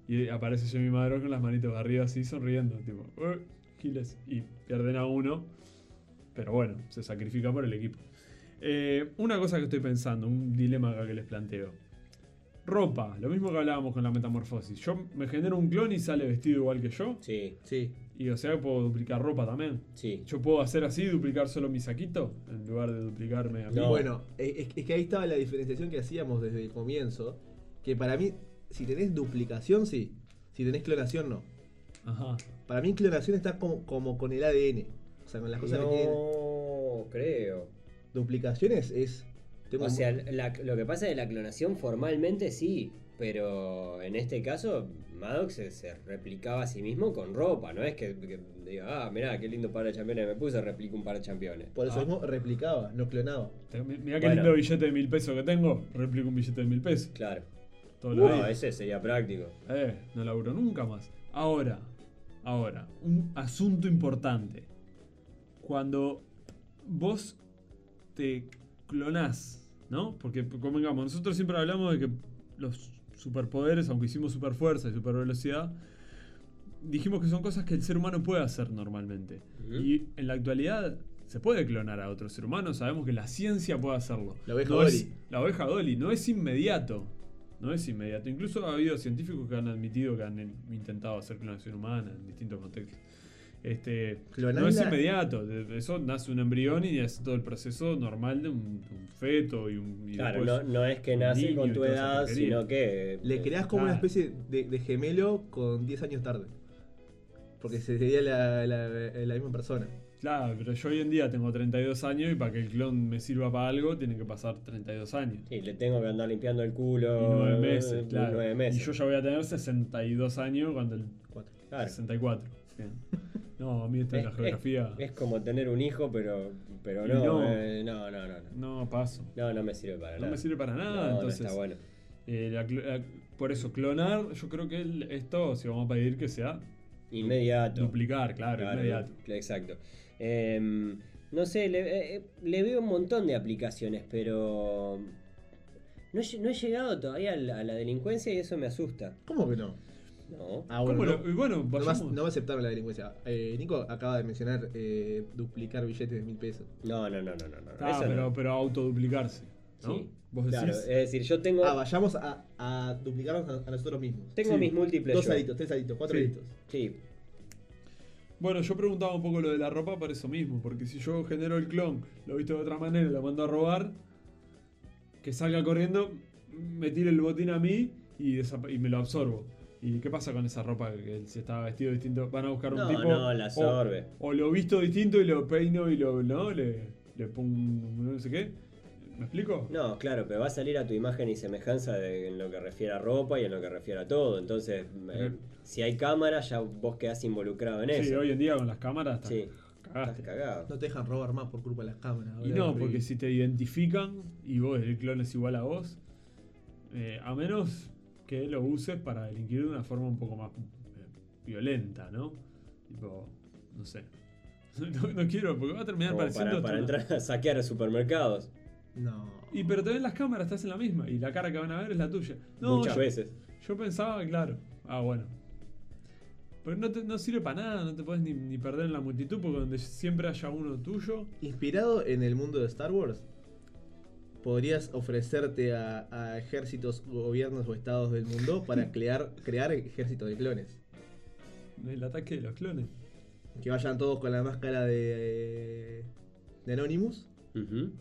Y aparece Jamie Madrox con las manitos arriba así sonriendo, tipo, "Eh, giles", y pierden a uno, pero bueno, se sacrifica por el equipo. Eh, una cosa que estoy pensando, un dilema acá que les planteo. Ropa, lo mismo que hablábamos con la metamorfosis. Yo me genero un clon y sale vestido igual que yo. Sí, Sí. Y o sea que puedo duplicar ropa también. sí. Yo puedo hacer así, duplicar solo mi saquito, en lugar de duplicarme a mí. No. Bueno, eh, es, es que ahí estaba la diferenciación que hacíamos desde el comienzo. Que para mí, si tenés duplicación, sí. Si tenés clonación, no. Ajá. Para mí, clonación está como, como con el ADN. O sea, con las cosas no que tienen. creo. Duplicaciones es. tengo O un- sea, la- lo que pasa es que la clonación formalmente sí, pero en este caso Maddox se, se replicaba a sí mismo con ropa, no es que, que diga, ah, mirá, qué lindo par de campeones me puse, replico un par de campeones. por eso Ah. mismo replicaba, no clonaba. Te- mi- Mirá qué Bueno. lindo billete de mil pesos que tengo. Replico un billete de mil pesos. Claro. Todo lo No, ahí. ese sería práctico. Eh, no laburo nunca más. Ahora, ahora, un asunto importante. Cuando vos te clonás, ¿no? Porque, convengamos, nosotros siempre hablamos de que los superpoderes, aunque hicimos superfuerza y supervelocidad, dijimos que son cosas que el ser humano puede hacer normalmente. Ujú. Y en la actualidad se puede clonar a otro ser humano, sabemos que la ciencia puede hacerlo. La oveja No Dolly. es- la oveja Dolly no es inmediato. No es inmediato. Incluso ha habido científicos que han admitido que han en- intentado hacer clonación humana en distintos contextos. Este, no Clonarla- es inmediato, de- de eso nace un embrión y hace todo el proceso normal de un, un feto y un... y Claro, no, después- no es que un nace niño con y tu toda esa edad, porquería. sino que. eh, Le creas como una Eh, Claro. especie de, de gemelo con 10 años tarde. Porque sería la, la- la misma persona. Claro, pero yo hoy en día tengo 32 años y para que el clon me sirva para algo tiene que pasar 32 años. Sí, le tengo que andar limpiando el culo. Y nueve meses, eh, claro. nueve meses. Y yo ya voy a tener 62 años cuando el Cuatro. Claro. 64. Bien. No, a mí esto de la Es- geografía. Es como tener un hijo, pero, pero Y no, no. eh, no, no, no, no. No, paso. No, no me sirve para No nada. me sirve para No, nada. no entonces, está bueno. eh, la cl- la- por eso, clonar, yo creo que el- esto, si vamos a pedir que sea Inmediato. duplicar, claro, Claro, inmediato. Exacto. Em, no sé, le, eh, le veo un montón de aplicaciones, pero no, he- no he llegado todavía a la, a la delincuencia y eso me asusta. ¿Cómo que no? No. Ah, ¿Cómo bueno, lo- no, y bueno, no va, a- vayamos. no va a aceptar la delincuencia. Eh, Nico acaba de mencionar eh, duplicar billetes de mil pesos. No, no, no, no, no. no. Ah, eso pero, no. pero autoduplicarse. ¿no? Sí. Vos decís. Claro, eh. es decir, yo tengo, Ah, vayamos a, a duplicarnos a, a nosotros mismos. tengo sí, mis múltiples. Dos yo. aditos, tres aditos, cuatro Sí. aditos. Sí, Bueno, yo preguntaba un poco lo de la ropa por eso mismo, porque si yo genero el clon, lo visto de otra manera y lo mando a robar, que salga corriendo, me tire el botín a mí y, desapa- y me lo absorbo. ¿Y qué pasa con esa ropa? Que él, si estaba vestido distinto, van a buscar un No, tipo. no, la o- absorbe. O, lo visto distinto y lo peino y lo. ¿No? Le, le pongo. no sé qué. ¿Me explico? No, claro, pero va a salir a tu imagen y semejanza de- en lo que refiere a ropa y en lo que refiere a todo. Entonces, eh, Ujú. si hay cámara, ya vos quedás involucrado en sí, eso. hoy en día con las cámaras está- Sí, estás cagaste. cagado. No te dejan robar más por culpa de las cámaras. Y ahora no, que- porque si te identifican y vos, el clon es igual a vos, eh, a menos que lo uses para delinquir de una forma un poco más eh, violenta, ¿no? Tipo, no sé. No, no quiero, porque va a terminar Como pareciendo. para, para esto- entrar a saquear a supermercados No. Y pero también las cámaras, estás en la misma, y la cara que van a ver es la tuya. No, muchas yo, veces. yo pensaba, claro. Ah, bueno. Pero no, te- no sirve para nada, no te podés ni, ni perder en la multitud, porque donde siempre haya uno tuyo. Inspirado en el mundo de Star Wars, podrías ofrecerte a, a ejércitos, gobiernos o estados del mundo para crear, crear ejércitos de clones. El ataque de los clones. Que vayan todos con la máscara de, de Anonymous, Ujú.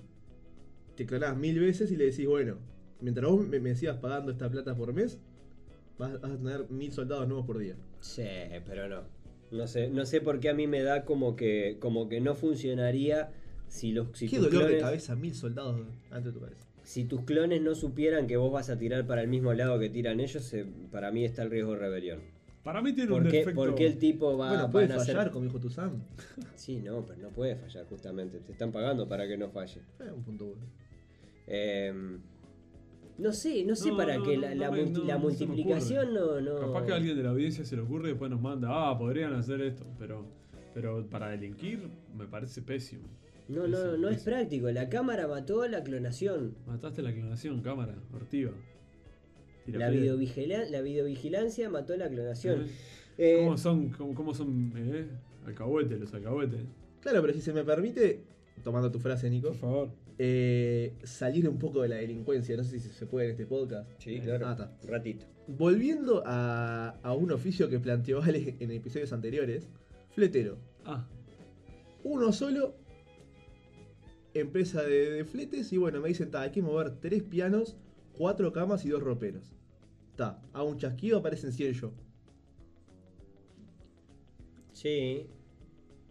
te clonás mil veces y le decís, bueno, mientras vos me, me sigas pagando esta plata por mes, vas, vas a tener mil soldados nuevos por día. Sí, pero no. No sé, no sé por qué a mí me da como que, como que no funcionaría si los si Qué tus dolor de clones- cabeza, mil soldados antes de tu cabeza. Si tus clones no supieran que vos vas a tirar para el mismo lado que tiran ellos, se- para mí está el riesgo de rebelión. Para mí tiene un ¿Por qué, defecto. por qué el tipo va, bueno, van puedes a hacer- fallar, como dijo tu Sam. Sí, no, pero no puede fallar justamente. Te están pagando para que no falle. Eh, un punto bueno. Em, no sé, no sé No, para no, qué. no, la, no la me- multi- no, la no se me multiplicación no, no. Capaz que a alguien de la audiencia se le ocurre y después nos manda, ah, podrían hacer esto, pero, pero para delinquir me parece pésimo. No, no, no es Pésimo. práctico. La cámara mató la clonación. Mataste la clonación, cámara, ortiva. Tira La, piedra. videovigila- la videovigilancia mató la clonación. ¿Eh? Eh, ¿Cómo son, cómo, cómo son eh? alcahuetes, los alcahuetes? Claro, pero si se me permite, tomando tu frase, Nico, Por favor. eh, salir un poco de la delincuencia. No sé si se puede en este podcast. sí, claro. Ah, está. Un ratito. Volviendo a, a un oficio que planteó Alex en episodios anteriores: fletero. Ah, Uno solo, empresa de, de fletes, y bueno, me dicen: "Ta, hay que mover tres pianos, cuatro camas y dos roperos. Ta, a un chasquido aparecen 100 yo. Sí.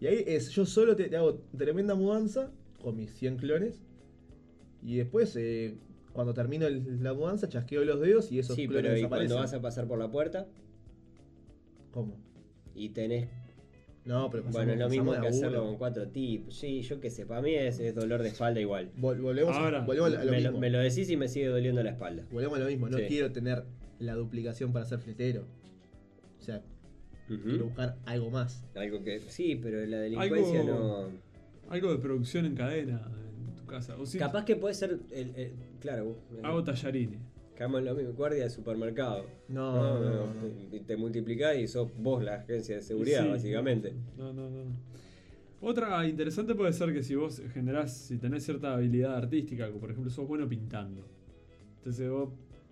Y ahí es, yo solo te, te hago tremenda mudanza con mis 100 clones. Y después, eh, cuando termino el- la mudanza, chasqueo los dedos y esos Sí, clones pero ¿y desaparecen. cuando vas a pasar por la puerta ¿Cómo? y tenés. No, pero pasamos, bueno, es lo mismo pasamos que de a hacerlo uno. con cuatro tipos. Sí, yo qué sé. Para mí es, es dolor de espalda igual. Vol- volvemos, Ahora, volvemos a lo me, mismo. lo, me lo decís y me sigue doliendo la espalda. Volvemos a lo mismo. No Sí. quiero tener la duplicación para ser fletero. O sea, Ujú. quiero buscar algo más. Algo que. Sí, pero la delincuencia Algo- no. algo de producción en cadena en tu casa. O si Capaz que puede ser. el- el- claro, vos- hago tallarines. Caemos en lo mismo, guardia de supermercado. No, No, Ah, no, no, no, no. Te, te multiplicás y sos vos la agencia de seguridad, Sí. básicamente. No, no, no. Otra interesante puede ser que si vos generás, si tenés cierta habilidad artística, como por ejemplo sos bueno pintando, entonces vos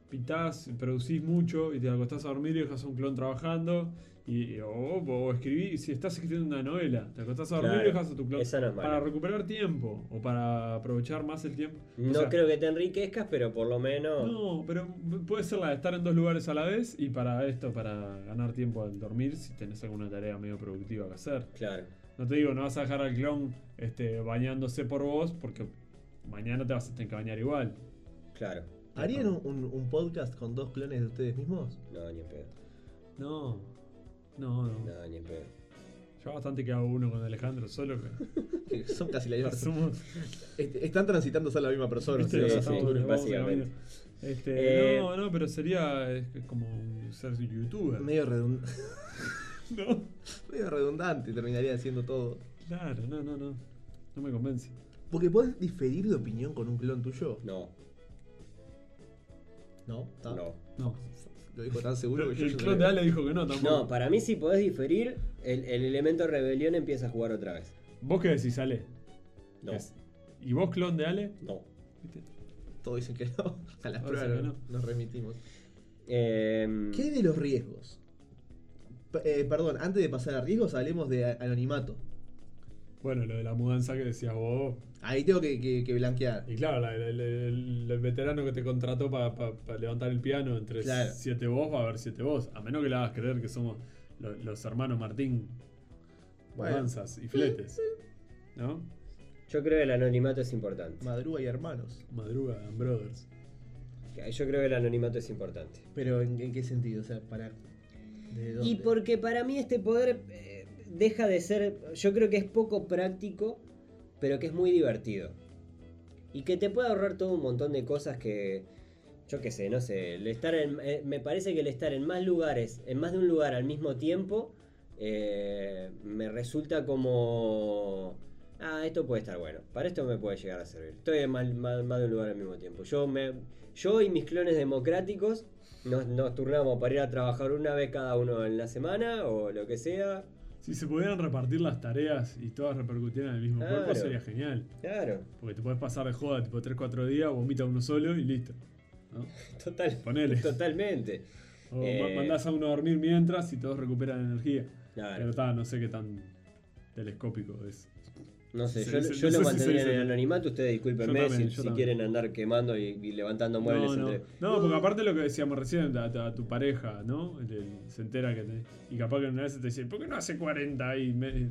pitás, producís mucho y te acostás a dormir y dejas a un clon trabajando. Y, y- o, o escribís, si estás escribiendo una novela, te acostás a dormir Claro, y dejas a tu clon. esa no es mala. Para recuperar tiempo o para aprovechar más el tiempo. O No sea, creo que te enriquezcas, pero por lo menos. No, pero puede ser la de estar en dos lugares a la vez y para esto, para ganar tiempo al dormir, si tenés alguna tarea medio productiva que hacer. Claro. No te digo, no vas a dejar al clon este, bañándose por vos porque mañana te vas a tener que bañar igual. Claro, ¿Harían un, un- un podcast con dos clones de ustedes mismos? no, ni en pedo. No, no, no. No, ni en pedo. Yo bastante que hago uno con Alejandro, solo que Que son casi la misma persona. somos. Est- están transitando a la misma persona. ¿viste? sí, sí, sí. Estamos- sí, vamos en básicamente. camino. Este, Eh, no, no, pero sería es que como un- ser youtuber. Medio, redund- No, medio redundante terminaría haciendo todo. claro, no, no, no. No me convence. Porque podés diferir de opinión con un clon tuyo. No, No, está. no. No. Lo dijo tan seguro que yo. El yo clon de también. Ale dijo que no tampoco. No, para mí si podés diferir, el, el elemento rebelión empieza a jugar otra vez. ¿Vos qué decís, Ale? No, Es- ¿Y vos, clon de Ale? no. ¿Viste? Todos dicen que no. A las Ahora pruebas sí que no- no. nos remitimos. Em, ¿Qué hay de los riesgos? P- eh, perdón, antes de pasar a riesgos, hablemos de a- anonimato. Bueno, lo de la mudanza que decías vos. Ahí tengo que, que- que blanquear. Y claro, la- el, el- el veterano que te contrató para levantar el piano entre Claro. siete vos va a haber siete vos. A menos que le hagas creer que somos lo- los hermanos Martín. Bueno. Mudanzas y fletes. ¿No? Yo creo que el anonimato es importante. Madruga y hermanos. Madruga and Brothers. Yo creo que el anonimato es importante. Pero ¿en, en qué sentido? O sea, para. ¿de dónde? Y porque para mí este poder eh, deja de ser, yo creo que es poco práctico, pero que es muy divertido. Y que te puede ahorrar todo un montón de cosas que, yo qué sé, no sé, el estar en, eh, me parece que el estar en más lugares, en más de un lugar al mismo tiempo, eh, me resulta como... Ah, esto puede estar bueno. Para esto me puede llegar a servir. Estoy en más, más- más de un lugar al mismo tiempo. Yo, me, yo y mis clones democráticos nos, nos turnamos para ir a trabajar una vez cada uno en la semana o lo que sea. Si se pudieran repartir las tareas y todas repercutieran en el mismo cuerpo, Claro. sería genial. Claro, Porque te podés pasar de joda tipo 3-4 días, vomita uno solo y listo. ¿no? total, Ponele. totalmente. O ma- Eh. mandás a uno a dormir mientras y todos recuperan energía. Pero Claro, está, no sé qué tan telescópico es. no sé, se yo, dice- yo no lo sé si mantendría se dice- en el anonimato. Ustedes discúlpenme Yo también, si, yo si también. quieren andar quemando y, y levantando muebles No, no. entre. No, porque aparte lo que decíamos recién, a, a tu pareja, ¿no? El- el- se entera que te, Y capaz que una vez te dice, ¿por qué no hace 40 y me-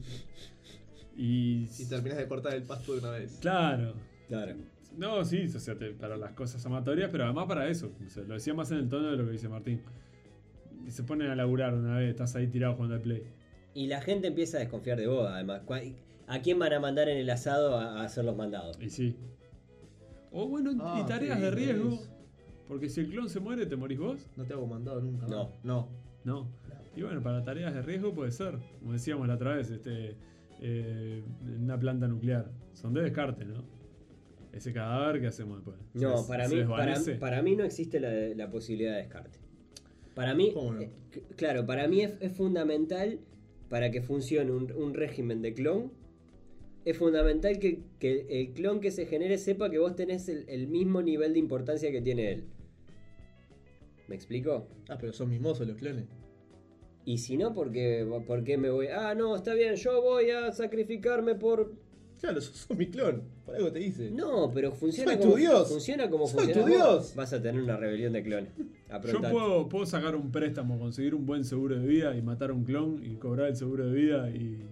Y. Y terminas de cortar el pasto de una vez. Claro. Claro, No, sí, o sea, te- para las cosas amatorias, pero además para eso. O sea, lo decía más en el tono de lo que dice Martín. Y se ponen a laburar una vez, estás ahí tirado jugando al play. Y la gente empieza a desconfiar de vos, además. ¿Cuál- ¿A quién van a mandar en el asado a a hacer los mandados? Y sí. O bueno, Ah, y tareas qué de lindo riesgo. es. Porque si el clon se muere, ¿te morís vos? No te hago mandado nunca. más. No. No. No. Y bueno, para tareas de riesgo puede ser, como decíamos la otra vez, este, eh, en una planta nuclear. Son de descarte, ¿no? Ese cadáver, ¿qué hacemos después? ¿Se No, des- para se mí, para, desvanece? para mí no existe la, la posibilidad de descarte. Para mí, ¿Cómo no? eh, c- claro, para mí es, es fundamental para que funcione un, un régimen de clon. Es fundamental que, que el clon que se genere sepa que vos tenés el, el mismo nivel de importancia que tiene él. ¿Me explico? Ah, pero son mimosos los clones. Y si no, ¿por qué, por qué me voy? Ah, no, está bien, yo voy a sacrificarme por Claro, sos, sos mi clon. Por algo te hice. No, pero funciona Soy como tu Dios. funciona como Soy funciona. tu Dios. Vas a tener una rebelión de clones. Yo Aprontate. puedo, puedo sacar un préstamo, conseguir un buen seguro de vida y matar a un clon y cobrar el seguro de vida y...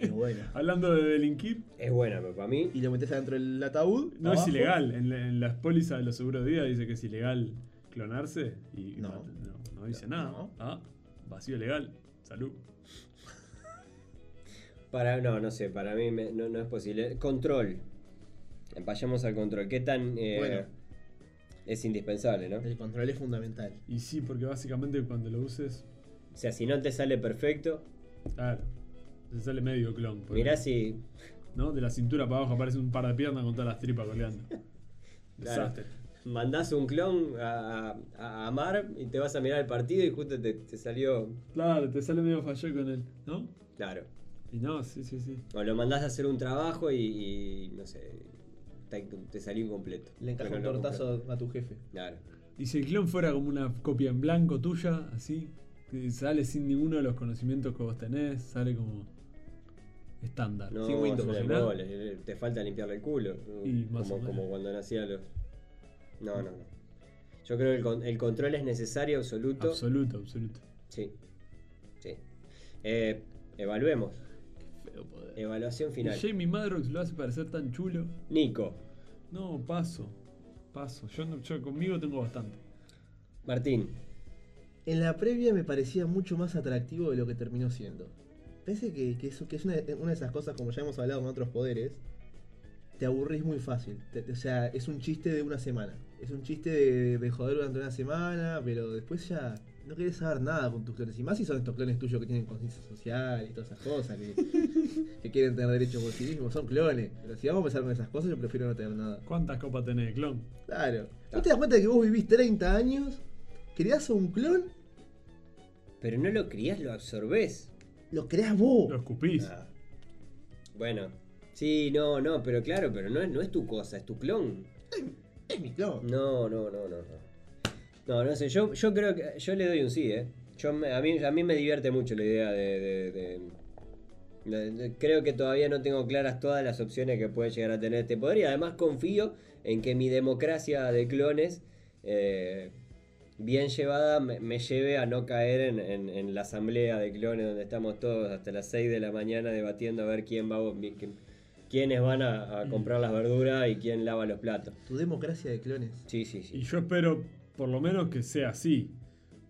Qué bueno. Hablando de delinquir, Es buena, pero para mí. Y lo metes adentro del ataúd. no abajo. es ilegal. En, la- en las pólizas de los seguros de vida dice que es ilegal clonarse y No. mat- no, no dice No. nada. Ah, vacío legal. Salud. Para, no, no sé, para mí me- no, no es posible. Control. Vayamos al control. ¿Qué tan. eh, Bueno. Es indispensable, ¿no? El control es fundamental. Y sí, porque básicamente cuando lo uses, O sea, si no te sale perfecto, claro, se sale medio clon. porque, mirá si. ¿no? De la cintura para abajo aparece un par de piernas con todas las tripas coleando. Desastre. Mandás un clon a, a- a amar y te vas a mirar el partido y justo te, te salió. Claro, te sale medio fallo con él, ¿no? Claro. Y no, sí, sí, sí. O lo mandás a hacer un trabajo y, y, no sé. te, te salió incompleto. Le encaja Pero un no completo. tortazo a tu jefe. Claro. Y si el clon fuera como una copia en blanco tuya, así, que sale sin ninguno de los conocimientos que vos tenés, sale como estándar. No, Sin Windows, es una ¿no? bola, eh, te falta limpiarle el culo. Y más o como, menos. como cuando nacía los. No, no, no. Mm. Yo creo que el, con- el control es necesario, absoluto. Absoluto, absoluto. sí. Sí. Eh, evaluemos. Qué feo poder. Evaluación Y final. Jamie Madrox lo hace parecer tan chulo. Nico, No, paso. Paso. Yo, no- yo conmigo tengo bastante. Martín, En la previa me parecía mucho más atractivo de lo que terminó siendo. Parece que, que eso- que es una, una de esas cosas, como ya hemos hablado con otros poderes, te aburrís muy fácil. Te- te- o sea, es un chiste de una semana. Es un chiste de, de joder durante una semana, pero después ya no querés saber nada con tus clones. Y más si son estos clones tuyos que tienen conciencia social y todas esas cosas, que, que quieren tener derechos por sí mismos. Son clones. Pero si vamos a empezar con esas cosas, yo prefiero no tener nada. ¿Cuántas copas tenés de clon? Claro. ¿No te das cuenta de que vos vivís 30 años, creás a un clon, pero no lo crías, lo absorbés. lo creás vos? Lo escupís. Ah. Bueno, sí, no, no, pero claro, pero no es, no es tu cosa, es tu clon. Es mi clon. No, no, no, no, no. No, no sé, yo, yo creo que. Yo le doy un sí, ¿eh? Yo, me- a, mí, a mí me divierte mucho la idea de. de- de- de- de- Creo que todavía no tengo claras todas las opciones que puede llegar a tener este poder y además confío en que mi democracia de clones, eh, bien llevada, me, me lleve a no caer en, en- en la asamblea de clones donde estamos todos hasta las 6 de la mañana debatiendo a ver quién va, a- quién- quiénes van a- a comprar las verduras y quién lava los platos. Tu democracia de clones. Sí, sí, sí. Y yo espero, por lo menos, que sea así.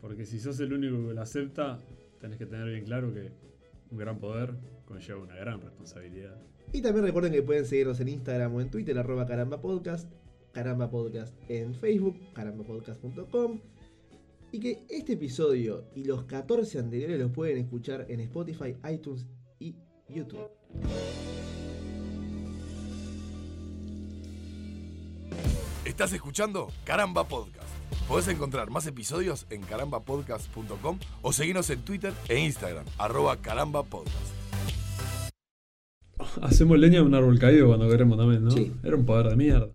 Porque si sos el único que lo acepta, tenés que tener bien claro que un gran poder conlleva una gran responsabilidad. Y también recuerden que pueden seguirnos en Instagram o en Twitter, arroba caramba podcast, caramba podcast en Facebook, carambapodcast.com. Y que este episodio y los 14 anteriores los pueden escuchar en Spotify, iTunes y YouTube. Estás escuchando Caramba Podcast. Podés encontrar más episodios en carambapodcast.com o seguirnos en Twitter e Instagram, arroba carambapodcast. Hacemos leña de un árbol caído cuando queremos también, ¿no? Sí. Era un poder de mierda.